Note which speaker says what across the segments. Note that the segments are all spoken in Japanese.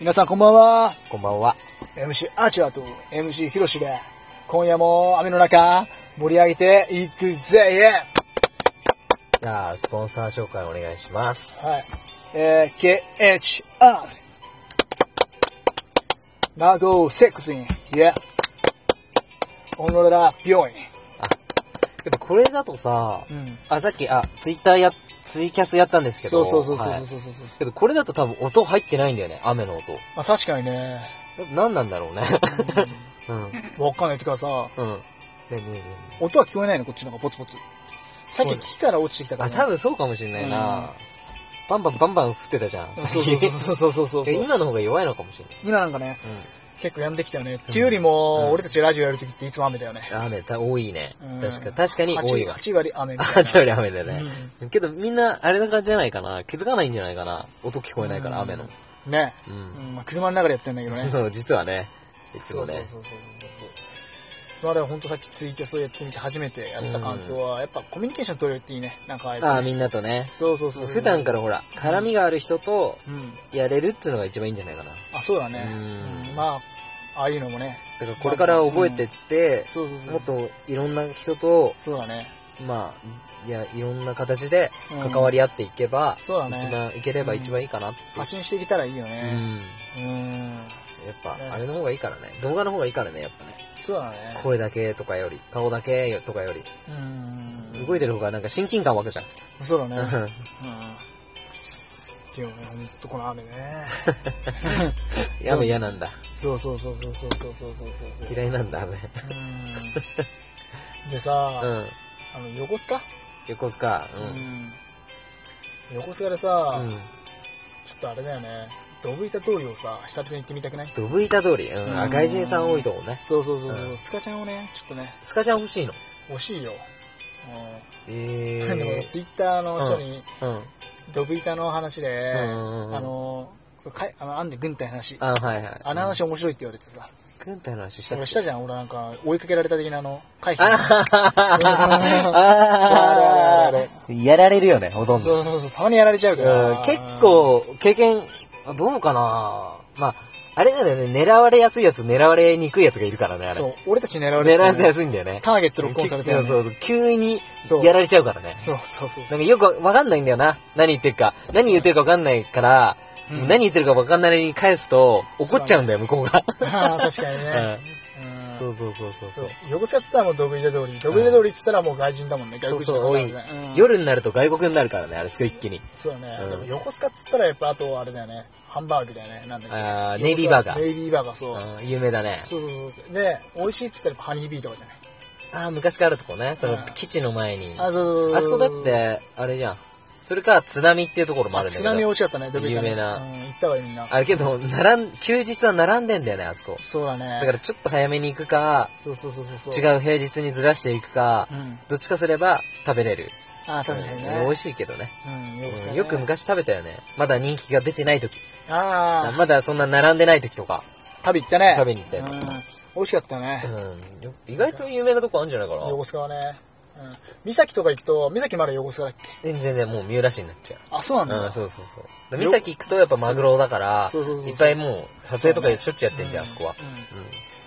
Speaker 1: 皆さんこんばんは。
Speaker 2: こんばんは。
Speaker 1: MC アーチャーと MC ヒロシで、今夜も雨の中、盛り上げていくぜ
Speaker 2: じゃあ、スポンサー紹介お願いします。
Speaker 1: はい。えー、KHR。などセックスイン、イェ。オノララ病院。
Speaker 2: でもこれだとさ、
Speaker 1: うん
Speaker 2: あ、さっき、あ、ツイッターや、ツイキャスやったんですけ
Speaker 1: そ
Speaker 2: ど。
Speaker 1: うそうそうそう
Speaker 2: は
Speaker 1: そ
Speaker 2: いう
Speaker 1: そうそう。
Speaker 2: けどこれだと多分音入ってないんだよね、雨の音。
Speaker 1: まあ確かにね、
Speaker 2: な何なんだろうね。うん。
Speaker 1: わかんないっていうかさ、
Speaker 2: うん。ねえねえねえ
Speaker 1: 音は聞こえないのこっちの方がポツポツ。さっ
Speaker 2: そ
Speaker 1: き
Speaker 2: うだ
Speaker 1: 木から落ちてきたか
Speaker 2: あ、
Speaker 1: ら、
Speaker 2: 多分そうかもしれないな。バンバンバンバン降ってたじゃん、
Speaker 1: うん
Speaker 2: さ
Speaker 1: そ
Speaker 2: っ
Speaker 1: う
Speaker 2: き。
Speaker 1: そうそうそうそうそう
Speaker 2: で。今の方が弱いのかもしれない。
Speaker 1: 今なんかね、結構やんできたよね。っていうよりも、俺たちラジオやるときっていつも雨だよね。
Speaker 2: 雨た多いね
Speaker 1: うん。
Speaker 2: 確か、確かに多いわ。
Speaker 1: 8割雨みたい
Speaker 2: あ、
Speaker 1: な。
Speaker 2: ちょり雨だね。けどみんな、あれな感じじゃないかな。気づかないんじゃないかな。音聞こえないから、雨の。
Speaker 1: ね、
Speaker 2: うん
Speaker 1: うんまあ、車の中でやってんだけどね。
Speaker 2: そう、実はね。いつ
Speaker 1: そ
Speaker 2: も
Speaker 1: うそう
Speaker 2: ね。
Speaker 1: そうそうそう。まあでも本当さっきツイキャスをやってみて初めてやった感想は、やっぱコミュニケーション取れるっていいね。なんかああやって
Speaker 2: ああ、みんなとね。
Speaker 1: そうそうそう。
Speaker 2: 普段からほら、絡みがある人と
Speaker 1: うん。
Speaker 2: やれるっていうのが一番いいんじゃないかな。だ
Speaker 1: あ、そうだね。
Speaker 2: うん
Speaker 1: うんまあ、ああいうのもね。
Speaker 2: からこれから覚えてって、
Speaker 1: そうそうそう。
Speaker 2: もっといろんな人と、
Speaker 1: そうだね。
Speaker 2: まあ、いや、いろんな形で関わり合っていけば、
Speaker 1: そうだね
Speaker 2: 一番、いければ一番いいかなって。
Speaker 1: 発信していけたらいいよ
Speaker 2: う
Speaker 1: ね。
Speaker 2: ん。
Speaker 1: うん。
Speaker 2: やっぱ、あれの方がいいからね。動画の方がいいからね、やっぱね。
Speaker 1: そうだね。
Speaker 2: 声だけとかより、顔だけとかより、
Speaker 1: うん。
Speaker 2: 動いてる方がなんか親近感 湧くじゃん。
Speaker 1: そうだね。
Speaker 2: うん
Speaker 1: うん。でもね、ほんとこの雨 ね。
Speaker 2: やも嫌なんだ。
Speaker 1: そうそうそうそうそうそうそうそうそう。
Speaker 2: 嫌いなんだ、
Speaker 1: う
Speaker 2: 雨。
Speaker 1: んでさ、
Speaker 2: うん。
Speaker 1: あの横須賀、
Speaker 2: 横須賀。
Speaker 1: うん横須賀でさ、
Speaker 2: うん。うん。
Speaker 1: ちょっとあれだよねドブ板通りをさ久々に行ってみたくない
Speaker 2: ドブ板通り。うん。あ
Speaker 1: うん
Speaker 2: 外人さん多いとこね。
Speaker 1: そうそうそうそう、スカちゃんをねちょっとね
Speaker 2: スカちゃん欲しいの
Speaker 1: 惜しいよ、うん
Speaker 2: え
Speaker 1: ツイッターの人に
Speaker 2: え。うん。
Speaker 1: ドブ板の話で、
Speaker 2: うんうん
Speaker 1: あのそうかいあのあんで軍隊の話
Speaker 2: あ、はいはい。
Speaker 1: あの話面白いって言われてさ、
Speaker 2: 軍隊の話したっ
Speaker 1: 俺
Speaker 2: け
Speaker 1: したじゃん俺なんか追いかけられた的なあの回避あれあれあ
Speaker 2: あ
Speaker 1: れ
Speaker 2: あやられるよね、ほと ん
Speaker 1: そ
Speaker 2: ど。
Speaker 1: うそうそうたまにやられちゃうか
Speaker 2: う
Speaker 1: ら
Speaker 2: ん結構、経験、あどうかなまあ、あれなんだよね、狙われやすいやつ、狙われにくいやつがいるからね、あれ。
Speaker 1: そう俺たち狙われて
Speaker 2: 狙
Speaker 1: る
Speaker 2: われやすいんだよね。
Speaker 1: ターゲットロックオンされてる
Speaker 2: る、
Speaker 1: ね
Speaker 2: そうそう。急に
Speaker 1: そう
Speaker 2: やられちゃうからね。
Speaker 1: そうそうそう
Speaker 2: なんかよくわかんないんだよな。何言ってるか。何言ってるかわかんないから、何言ってるかわかんないに返すと怒っちゃうんだよ、向こうが。
Speaker 1: あー確かにね。うん
Speaker 2: そうそうそうそ う
Speaker 1: そ
Speaker 2: そうう。
Speaker 1: 横須賀っつったらもうドブイダ通り。ドブイダ通りっつったらもう外人だもんね。
Speaker 2: そ
Speaker 1: 外
Speaker 2: う
Speaker 1: 国
Speaker 2: そ
Speaker 1: 人
Speaker 2: う、多い
Speaker 1: だからね。うん
Speaker 2: 夜になると外国になるからね、あれすごい一気に。
Speaker 1: そうだね。
Speaker 2: うん
Speaker 1: でも横須賀っつったらやっぱあとあれだよね。ハンバーグだよね。なんだっけ。
Speaker 2: あ
Speaker 1: 横須
Speaker 2: ー
Speaker 1: 賀
Speaker 2: ネイビーバーガー
Speaker 1: ネイビーバーガー、そう。
Speaker 2: うん有名だね。
Speaker 1: そうそうそう。で、美味しいっつったらやっぱハニービーとかじゃない。
Speaker 2: ああ、昔からあるとこね。そうの
Speaker 1: ん、
Speaker 2: 基地の前に。
Speaker 1: あそうそうそう
Speaker 2: あそこだって、あれじゃん。それから津波っていうところもあ
Speaker 1: あ
Speaker 2: るんだ
Speaker 1: 津
Speaker 2: けど。
Speaker 1: 波美味しかったね、ドブイダね
Speaker 2: 有名な
Speaker 1: うん行ったわよみんな。
Speaker 2: あれけど、並ん、休日は並んでんだよね、あそこ。
Speaker 1: そうだね。
Speaker 2: だからちょっと早めに行くか、
Speaker 1: そうそうそうそう。
Speaker 2: 違
Speaker 1: う。
Speaker 2: う平日にずらしていくか、
Speaker 1: うん
Speaker 2: どっちかすれば食べれる。
Speaker 1: あー、確かにね。
Speaker 2: うん美味
Speaker 1: しい。
Speaker 2: しいけどね。
Speaker 1: うん、横須賀
Speaker 2: う
Speaker 1: ね
Speaker 2: んよく。昔食べたよね。まだ人気が出てない時。
Speaker 1: あ
Speaker 2: まだそんな並んでない時とか。
Speaker 1: あ、旅行ったね。
Speaker 2: 食べに行ったよ
Speaker 1: うん美味しかったね
Speaker 2: う。ん。よ意外と有名なとこあるんじゃないかな。
Speaker 1: 横須賀はね。うん。岬とか行くと、岬まだ横須賀だっけ
Speaker 2: 全然もう三浦市になっちゃう。
Speaker 1: あ、そうなんだ。
Speaker 2: うん、そうそうそう。で三崎行くとやっぱマグロだから、
Speaker 1: そうそうそうそう
Speaker 2: いっぱいもう撮影とかでしょっちゅうやってんじゃん、あそこは。
Speaker 1: や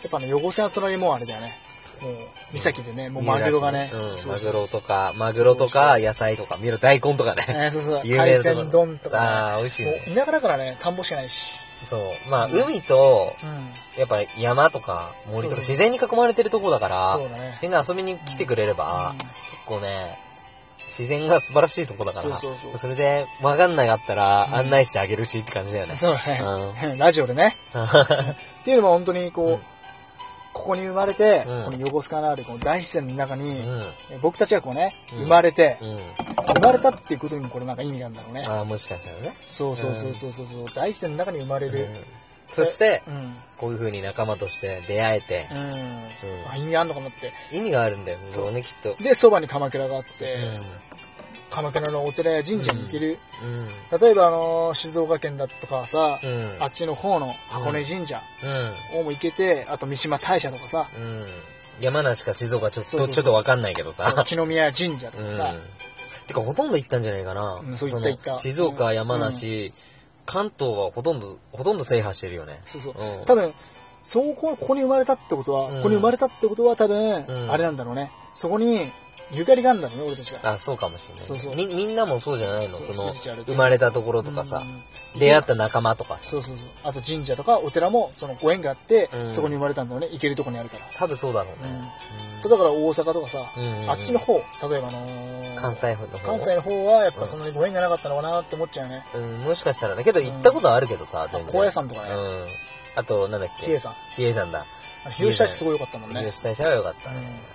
Speaker 1: っぱね、汚せの隣もうあれだよね。もう、岬でね、もう
Speaker 2: 三
Speaker 1: マグ
Speaker 2: 浦市
Speaker 1: ロがね。
Speaker 2: うん、
Speaker 1: そう
Speaker 2: マ
Speaker 1: そう
Speaker 2: グロとか、マグロとか、野菜とか、見ろ、大根とか
Speaker 1: え
Speaker 2: ね。
Speaker 1: ーそうそう
Speaker 2: 有名なとこ
Speaker 1: 海鮮丼とかね
Speaker 2: ああ、美味しい
Speaker 1: も
Speaker 2: ね。
Speaker 1: う田舎だからね、田んぼしかないし。
Speaker 2: そう。まあ、海と、
Speaker 1: うん。
Speaker 2: やっぱ山とか森とか自然に囲まれてるとこだから、
Speaker 1: そうだね
Speaker 2: みんな遊びに来てくれれば、結構ね、自然が素晴らしいとこだから、
Speaker 1: そうそうそう
Speaker 2: れで、わかんないあったら案内してあげるしって感じだよね。
Speaker 1: そうだね。 ラジオでね。っていうのも本当にこう、ここに生まれて、
Speaker 2: うん
Speaker 1: この横須賀のあるこの大自然の中に、
Speaker 2: うん
Speaker 1: え僕たちがこうね、生まれて、
Speaker 2: うん。うん。
Speaker 1: 生まれたっていうことにもこれなんか意味があるんだろうね。
Speaker 2: ああ、もしかしたらね。
Speaker 1: そうそうそうそうそう、う大自然の中に生まれる。
Speaker 2: そして、
Speaker 1: うん。
Speaker 2: こういう風に仲間として出会えて
Speaker 1: う、ん。あ意味あんのかなって。
Speaker 2: 意味があるんだよ、そうね、きっと。
Speaker 1: で、そばに鎌倉があって、
Speaker 2: うん。
Speaker 1: 鎌倉のお寺や神社に行ける、
Speaker 2: うん。
Speaker 1: 例えばあのー静岡県だとかさ、
Speaker 2: うん
Speaker 1: あっちの方の箱根神社
Speaker 2: うん。
Speaker 1: をも行けて、あと三島大社とかさ、
Speaker 2: うん。山梨か静岡ちょっ
Speaker 1: そうそうそ
Speaker 2: と、
Speaker 1: う
Speaker 2: ちょっとわかんないけどさ。
Speaker 1: 木の宮神社と
Speaker 2: う
Speaker 1: か
Speaker 2: ん
Speaker 1: さ、。
Speaker 2: てか、ほとんど行ったんじゃないかな。
Speaker 1: うんそう行
Speaker 2: の
Speaker 1: った行った
Speaker 2: 静岡、山梨、関東はほとんど、ほとんど制覇してるよね。
Speaker 1: そうそう。
Speaker 2: うん
Speaker 1: 多分、そこ、ここに生まれたってことは、
Speaker 2: うん
Speaker 1: ここに生まれたってことは多分、
Speaker 2: うん
Speaker 1: あれなんだろうね。そこに、ゆかりがあるんだろうね、俺たちが。
Speaker 2: あ、そうかもしれない。
Speaker 1: そうそう
Speaker 2: み、みんなもそうじゃないのそ
Speaker 1: そうス
Speaker 2: の、
Speaker 1: ピリチュアル
Speaker 2: 生まれたところとかさ、
Speaker 1: うん
Speaker 2: 出会った仲間とかさ。
Speaker 1: そうそうそう。あと神社とかお寺も、そのご縁があって、
Speaker 2: うん
Speaker 1: そこに生まれたんだろうね。行けるとこにあるから。
Speaker 2: 多分そうだろうね。
Speaker 1: だから大阪とかさ、
Speaker 2: うんうんうん
Speaker 1: あっちの方、例えばあのー
Speaker 2: 関西の方
Speaker 1: 関西の方はやっぱそんなにご縁がなかったのかなって思っちゃうよね。
Speaker 2: うん、もしかしたらだけど行ったことはあるけどさ、全然。
Speaker 1: 高野山とかね
Speaker 2: うん。あと、なんだっけ。
Speaker 1: 比叡山。
Speaker 2: 比叡山だ。
Speaker 1: あの広島市すごい良かったもんね。
Speaker 2: 吉田社は良かったね。うん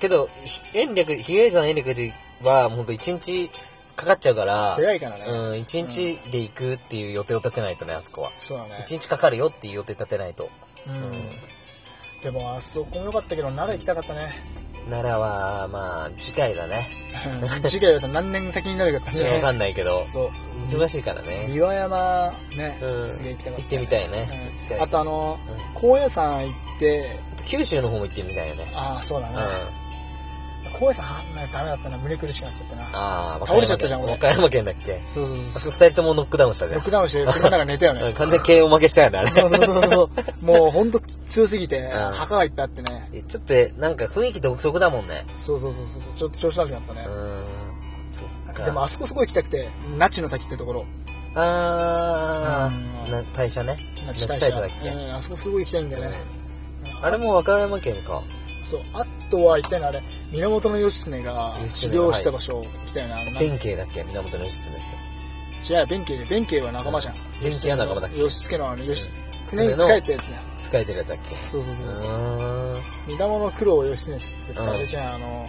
Speaker 2: けど、ひ延暦、比叡山延暦寺は、ほんと一日かかっちゃうから、
Speaker 1: でかいからね。
Speaker 2: うん、一日で行くっていう予定を立てないとね、あそこは。
Speaker 1: そうだね。
Speaker 2: 一日かかるよっていう予定立てないと。
Speaker 1: うん。でもあそこも良かったけど、奈良行きたかったね。
Speaker 2: 奈良は、まあ、次回だね。
Speaker 1: 次回はさ何年先になるかって
Speaker 2: わ
Speaker 1: ね
Speaker 2: か。んないけど、
Speaker 1: そう。
Speaker 2: 忙しいからね。
Speaker 1: 岩山ね、
Speaker 2: うん
Speaker 1: すげえ行きたかった、
Speaker 2: 行ってみたいね
Speaker 1: うん
Speaker 2: 行きたい
Speaker 1: あとあの、高野山行って、
Speaker 2: 九州の方も行ってみたいよね。
Speaker 1: ああ、そうだ
Speaker 2: う
Speaker 1: ね
Speaker 2: ん。。
Speaker 1: 高野山あんなダメだったな、胸苦しくなっちゃったな。
Speaker 2: ああ、和歌山
Speaker 1: 倒
Speaker 2: 県
Speaker 1: れちゃったじゃん俺
Speaker 2: 和歌山県だっけ
Speaker 1: そうそうそう
Speaker 2: あ
Speaker 1: そ
Speaker 2: そこ二人ともノックダウンした
Speaker 1: う。
Speaker 2: じゃ
Speaker 1: ロ
Speaker 2: ん
Speaker 1: ッ。クダウンして車の中寝たよ
Speaker 2: うん
Speaker 1: ね。
Speaker 2: 完全に慶応負けした よね、あれ。
Speaker 1: そうそうそうそう。もうほんと強すぎて、
Speaker 2: ん
Speaker 1: 墓がいっぱいあってね。
Speaker 2: えちょっと、なんか雰囲気独特だもんね。
Speaker 1: そうそうそうそう。ちょっと調子悪くなったね
Speaker 2: う。ーん。そっか。
Speaker 1: でもあそこすごい行きたくて、那智の滝ってところ。
Speaker 2: あ
Speaker 1: う
Speaker 2: ー、
Speaker 1: ん
Speaker 2: な大社ね。
Speaker 1: 那
Speaker 2: 那
Speaker 1: 智
Speaker 2: 智
Speaker 1: 大
Speaker 2: 大
Speaker 1: 社
Speaker 2: 社だっけ、
Speaker 1: うん、あそこすごい行きたいんだよね。
Speaker 2: あれも和歌山県か。
Speaker 1: そう。あとは行きたいのはあれ、源義経が
Speaker 2: 義
Speaker 1: 治
Speaker 2: 経
Speaker 1: 療した場所行きたいな。あのなん
Speaker 2: 弁慶だっけ源義経だ
Speaker 1: 違
Speaker 2: っ
Speaker 1: う、弁慶で、弁慶は仲間じゃん。
Speaker 2: 弁慶は仲間だっけ
Speaker 1: 義経のあの、義経に仕えたやつじゃん。
Speaker 2: け使えてるやつだっけ
Speaker 1: そうそうそうう。
Speaker 2: ーん。
Speaker 1: 三玉の九郎義経ってあれじゃん、あの、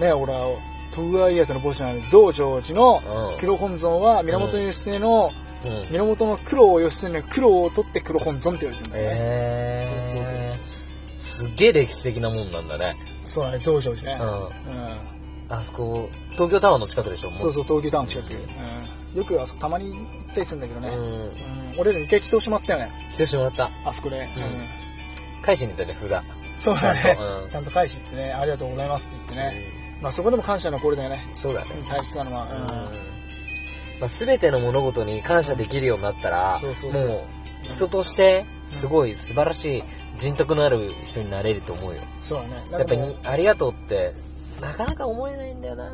Speaker 1: ね、俺は、徳川家康の墓地のある増上寺の
Speaker 2: うん
Speaker 1: 黒本尊は源義経の、
Speaker 2: うん。
Speaker 1: 源の九郎義経の九郎を取って黒本尊って言われてるんだよね。
Speaker 2: えー、
Speaker 1: そうそうそう
Speaker 2: すっげえ歴史的なもんなんだね。
Speaker 1: そうだね、増上寺ね。
Speaker 2: う
Speaker 1: うん
Speaker 2: あそこ、東京タワーの近くでしょも
Speaker 1: そうそう、東京タウン近く。うんよくあそこたまに行ったりするんだけどね。
Speaker 2: うん。
Speaker 1: うん俺ら一回祈祷してもらったよね、
Speaker 2: 来てしてもらった。
Speaker 1: あそこで。うん
Speaker 2: 返しに行ったじゃん、札。
Speaker 1: そうだね
Speaker 2: う。ん
Speaker 1: ちゃんと返しってね、ありがとうございますって言ってね。まあそこでも感謝のこれだよね。
Speaker 2: そうだね。
Speaker 1: 大切なのは。
Speaker 2: まあ、全ての物事に感謝できるようになったら、
Speaker 1: そうそうそう
Speaker 2: もう人としてすごい素晴らしい人徳のある人になれると思うよ。
Speaker 1: うんそうだね。
Speaker 2: やっぱにありがとうってなかなか思えないんだよな。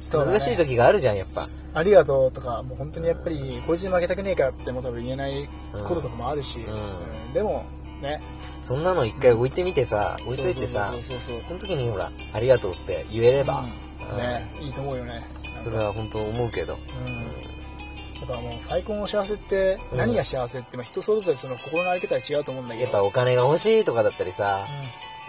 Speaker 1: そうだね
Speaker 2: 難しい時があるじゃんやっぱ。
Speaker 1: ありがとうとか、もう本当にやっぱり、こいつに負けたくねえからってもう多分言えないこととかもあるし、
Speaker 2: ん
Speaker 1: うんでも、ね。
Speaker 2: そんなの一回置いてみてさ、置いといてさ
Speaker 1: そう、そうそうそう
Speaker 2: その時にほらありがとうって言えれば、
Speaker 1: うんね、いいと思うよね。
Speaker 2: うんそれは本当思うけど。
Speaker 1: だからもう最高の幸せって、
Speaker 2: うん
Speaker 1: 何が幸せって、まあ人それぞれその心のあり方が違うと思うんだけ
Speaker 2: やっ
Speaker 1: ど。
Speaker 2: ぱお金が欲しいとかだったりさ、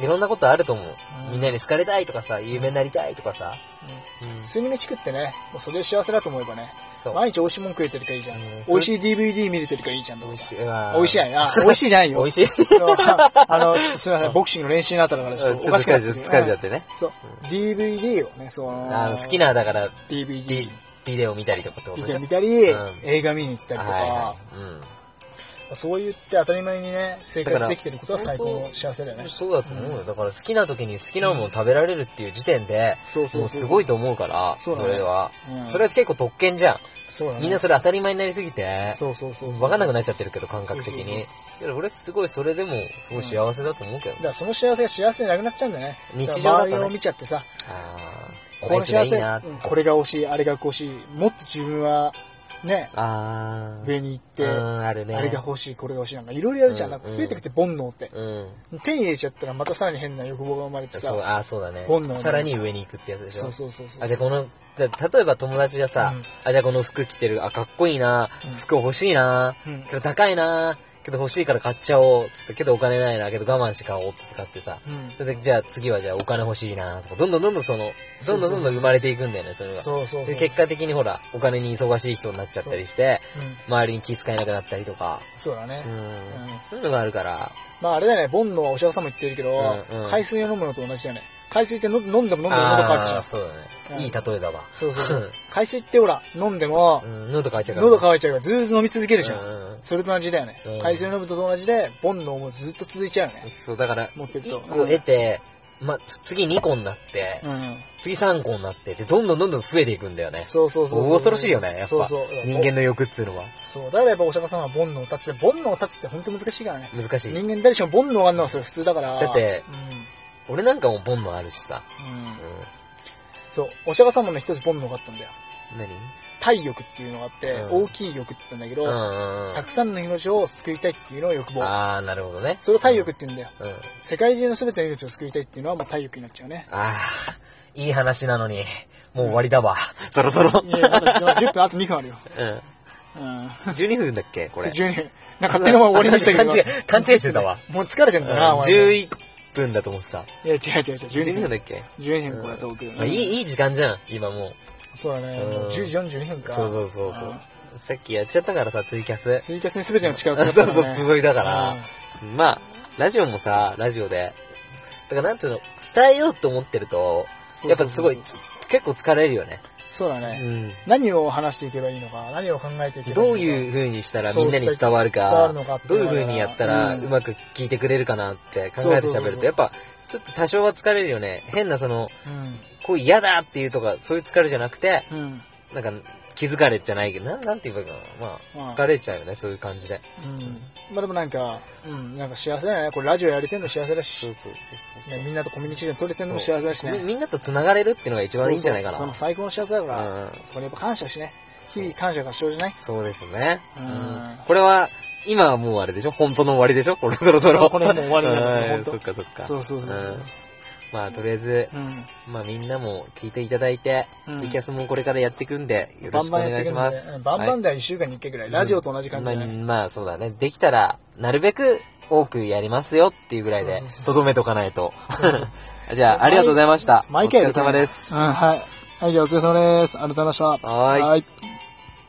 Speaker 2: いろんなことあると思う。みんなに好かれたいとかさ、有名になりたいとかさ。
Speaker 1: うん普通に飯食ってね、もうそれで幸せだと思えばね、
Speaker 2: そう
Speaker 1: 毎日美味しいもん食えてるからいいじゃん。
Speaker 2: うん
Speaker 1: 美味しい DVD 見れてるからいいじゃんと
Speaker 2: 美
Speaker 1: か
Speaker 2: 味
Speaker 1: さ。
Speaker 2: しい。
Speaker 1: 美
Speaker 2: わー
Speaker 1: 味しいやん。あ、美味しいじゃないよ。
Speaker 2: 美味しい。
Speaker 1: そうあの、ちょっとすみません、ボクシングの練習になったから、ちょっとおかしくな
Speaker 2: ちょっと
Speaker 1: る
Speaker 2: 疲れちゃってね。
Speaker 1: そう、DVD をね、そ
Speaker 2: あ
Speaker 1: の
Speaker 2: の、好きな、だから、
Speaker 1: DVD
Speaker 2: ビビデオ見たりとかってこと
Speaker 1: 見
Speaker 2: じ
Speaker 1: て
Speaker 2: ゃん。
Speaker 1: みたり、
Speaker 2: うん
Speaker 1: 映画見に行ったりとか、
Speaker 2: はいはい。うん。
Speaker 1: そう言って当たり前にね、生
Speaker 2: だか
Speaker 1: 活
Speaker 2: ら
Speaker 1: できてることは最高の幸せだよね。
Speaker 2: そうだと思うよ。だから好きな時に好きなものを食べられるっていう時点で
Speaker 1: そうそうそう、
Speaker 2: もうすごいと思うから、
Speaker 1: そう
Speaker 2: そ
Speaker 1: だね
Speaker 2: れは
Speaker 1: うん。
Speaker 2: それは結構特権じゃ
Speaker 1: そうだ
Speaker 2: ん。
Speaker 1: ね。
Speaker 2: みんなそれ当たり前になりすぎて、
Speaker 1: そうそうそう。
Speaker 2: わかんな
Speaker 1: だか
Speaker 2: くなっちゃってるけど、感覚的
Speaker 1: そうそう
Speaker 2: に。けど俺すごいそれでも、すごい幸せだと思うけど。
Speaker 1: らその幸せが幸せじゃなくなっちゃうんだよね。
Speaker 2: 日常だとね
Speaker 1: 周りを見ちゃってさ、
Speaker 2: あー
Speaker 1: この
Speaker 2: あ
Speaker 1: 幸
Speaker 2: いつが
Speaker 1: せ
Speaker 2: いいなって
Speaker 1: うんこれが欲しい、あれが欲しい、もっと自分はね、
Speaker 2: あー。
Speaker 1: 上に行って、
Speaker 2: うんあるね
Speaker 1: あれが欲しい、これが欲しいなんかいろいろやるじゃん。
Speaker 2: うん
Speaker 1: なんか増えてくて煩悩って。
Speaker 2: うん。
Speaker 1: 手に入れちゃったらまたさらに変な欲望が生まれてさ、
Speaker 2: そう、あーそうだね
Speaker 1: 本能。ね
Speaker 2: さらに上に行くってやつでしょ。
Speaker 1: そうそうそうそう
Speaker 2: あ、じゃあこの、だ例えば友達がさ、
Speaker 1: うん
Speaker 2: あ、じゃあこの服着てる、あ、かっこいいな、服欲しいな、
Speaker 1: うん
Speaker 2: けど高いな、けど欲しいから買っちゃおう、つって、けどお金ないな、けど我慢して買おう、つって買ってさ、
Speaker 1: うん
Speaker 2: それでじゃあ次はじゃあお金欲しいな、とか、どんどんどんどんその、どんどんどんどん生まれていくんだよね、それが。
Speaker 1: そうそうそう
Speaker 2: で、結果的にほら、お金に忙しい人になっちゃったりして、
Speaker 1: そううん
Speaker 2: 周りに気遣えなくなったりとか、
Speaker 1: そうだね。
Speaker 2: うん
Speaker 1: うん
Speaker 2: そういうのがあるから、
Speaker 1: まああれだよね、煩悩はお幸さんも言ってるけど、
Speaker 2: うんうん
Speaker 1: 海水を飲むのと同じだよね。海水っての飲んでも飲んでも喉乾くじゃ
Speaker 2: あー
Speaker 1: ん。
Speaker 2: そうだね。いい例えだわ。
Speaker 1: そうそう そう。海水ってほら、飲んでも
Speaker 2: う、ん、喉乾いちゃうからね。
Speaker 1: 喉乾いちゃうからずーっと飲み続けるじゃん。
Speaker 2: うんうん
Speaker 1: それと同じだよね。
Speaker 2: うん
Speaker 1: 海水を飲むと同じで、煩悩もずっと続いちゃうよね。
Speaker 2: そう、だから、
Speaker 1: 持ってると
Speaker 2: 一個得て、ま、次2個になって、
Speaker 1: うん。
Speaker 2: 次3個になって、で、どんどんどんどん増えていくんだよね。
Speaker 1: そうそうそうそう。
Speaker 2: 恐ろしいよね、やっ
Speaker 1: そう
Speaker 2: ぱ
Speaker 1: そう。。
Speaker 2: 人間の欲っつうのは。
Speaker 1: そう。だからやっぱお釈迦様は煩悩を断つって、煩悩を断つって本当難しいからね。
Speaker 2: 難しい
Speaker 1: 人。間誰しも煩悩があるのはそれ普通だから。
Speaker 2: だって、俺なんかも煩悩あるしさ。
Speaker 1: うん。うん
Speaker 2: う。
Speaker 1: そう。お釈迦様の一つ煩悩があったんだよ。
Speaker 2: ん。何
Speaker 1: 体欲っていうのがあって、
Speaker 2: うん
Speaker 1: 大きい欲って言ったんだけど、
Speaker 2: うんうんうん
Speaker 1: た。くさんの命を救いたいっていうのを欲望。
Speaker 2: あー、なるほどね。
Speaker 1: それを体欲って言うんだよ。
Speaker 2: うん。
Speaker 1: 世界中の全ての命を救いたいっていうのはもう体欲になっちゃうね。
Speaker 2: あー、いい話なのに、もう終わりだわ。そろそろ。
Speaker 1: いやいやまだまだ10分、あと2分あるよ。
Speaker 2: うん。
Speaker 1: うん。
Speaker 2: 12分だっけこれ。
Speaker 1: 12分。なんか勝手にもう終わりにしたけど。
Speaker 2: 勘違い、勘違いしてたわ。
Speaker 1: もう疲れてんだな、お前。
Speaker 2: 11分だと思ってた。
Speaker 1: いや、違う違う違う。12
Speaker 2: 12分
Speaker 1: 分
Speaker 2: だ
Speaker 1: だ
Speaker 2: っけ
Speaker 1: 12分これ遠く。
Speaker 2: まあいい、いい時間じゃん、今もう。
Speaker 1: そうだね。
Speaker 2: うん
Speaker 1: 10時42分か。
Speaker 2: そうそうそうそ
Speaker 1: ん
Speaker 2: う。。さっきやっちゃったからさ、ツイキ ャス。
Speaker 1: ツイキャスに全ての力を
Speaker 2: そ
Speaker 1: 使っ
Speaker 2: う
Speaker 1: たから
Speaker 2: そ
Speaker 1: ね
Speaker 2: う、続いたか
Speaker 1: う
Speaker 2: ら
Speaker 1: ん。
Speaker 2: まあ、ラジオもさ、ラジオで。だからなんていうの、伝えようと思ってると、
Speaker 1: そうそうそう
Speaker 2: やっぱすごい、結構疲れるよね。
Speaker 1: そうだ
Speaker 2: う
Speaker 1: ね。
Speaker 2: ん。
Speaker 1: 何を話していけばいいのか、何を考えていけばいいの
Speaker 2: ど
Speaker 1: か。
Speaker 2: ういう風にしたら
Speaker 1: そう
Speaker 2: みんなに伝わる
Speaker 1: 伝わ
Speaker 2: か
Speaker 1: るのかって、
Speaker 2: どういう風にやったら
Speaker 1: うん
Speaker 2: うまく聞いてくれるかなって考えて喋
Speaker 1: そうそうそう
Speaker 2: る
Speaker 1: そ
Speaker 2: と、
Speaker 1: う
Speaker 2: やっぱ、ちょっと多少は疲れるよね。変なその、
Speaker 1: うん。
Speaker 2: こう嫌だっていうとか、そういう疲れじゃなくて、
Speaker 1: うん。
Speaker 2: なんか気づかれじゃないけど、なん、なんて言えばいいかな。ま
Speaker 1: うん
Speaker 2: あ、疲れちゃうよね、そういう感じで。
Speaker 1: うん。まあでもなんか、うん、なんか幸せだよね。これラジオやれてんの幸せだし、
Speaker 2: そうそうそう
Speaker 1: ねみんなとコミュニケーション取れてんのも
Speaker 2: そう
Speaker 1: 幸せだしね
Speaker 2: み。みんなと繋がれるっていうのが一番いいんじゃないかな。
Speaker 1: そうそうそれも最高の幸せだから、
Speaker 2: うん
Speaker 1: これやっぱ感謝しね。いい感謝が生じない
Speaker 2: そうですね。
Speaker 1: う
Speaker 2: うんん。これは、今はもうあれでしょ本当の終わりでしょこれそろそろ。
Speaker 1: これもう終わりだよ
Speaker 2: うん
Speaker 1: 本当
Speaker 2: そっかそっか。
Speaker 1: そうそうそうそうん
Speaker 2: まあ、とりあえず、
Speaker 1: うん。
Speaker 2: まあみんなも聞いていただいて、
Speaker 1: うん
Speaker 2: ツイキャスもこれからやっていくんで、よ
Speaker 1: バ
Speaker 2: ろし
Speaker 1: ン
Speaker 2: く
Speaker 1: バ
Speaker 2: お
Speaker 1: ンやっ
Speaker 2: 願い
Speaker 1: てく
Speaker 2: し
Speaker 1: るん
Speaker 2: ま。
Speaker 1: ですバンバ
Speaker 2: はい
Speaker 1: ンでは1週間に1回ぐらい。ラジオと同じ感じだね。
Speaker 2: まあまあそうだね。できたら、なるべく多くやりますよっていうぐらいで、とどめとかないと。 じゃあ、ありがとうございました。
Speaker 1: 毎回や
Speaker 2: お疲れ
Speaker 1: るから
Speaker 2: 様です
Speaker 1: う。ん、はい。はい、じゃあお疲れ様です。ありがとうございました。
Speaker 2: はーい
Speaker 1: はい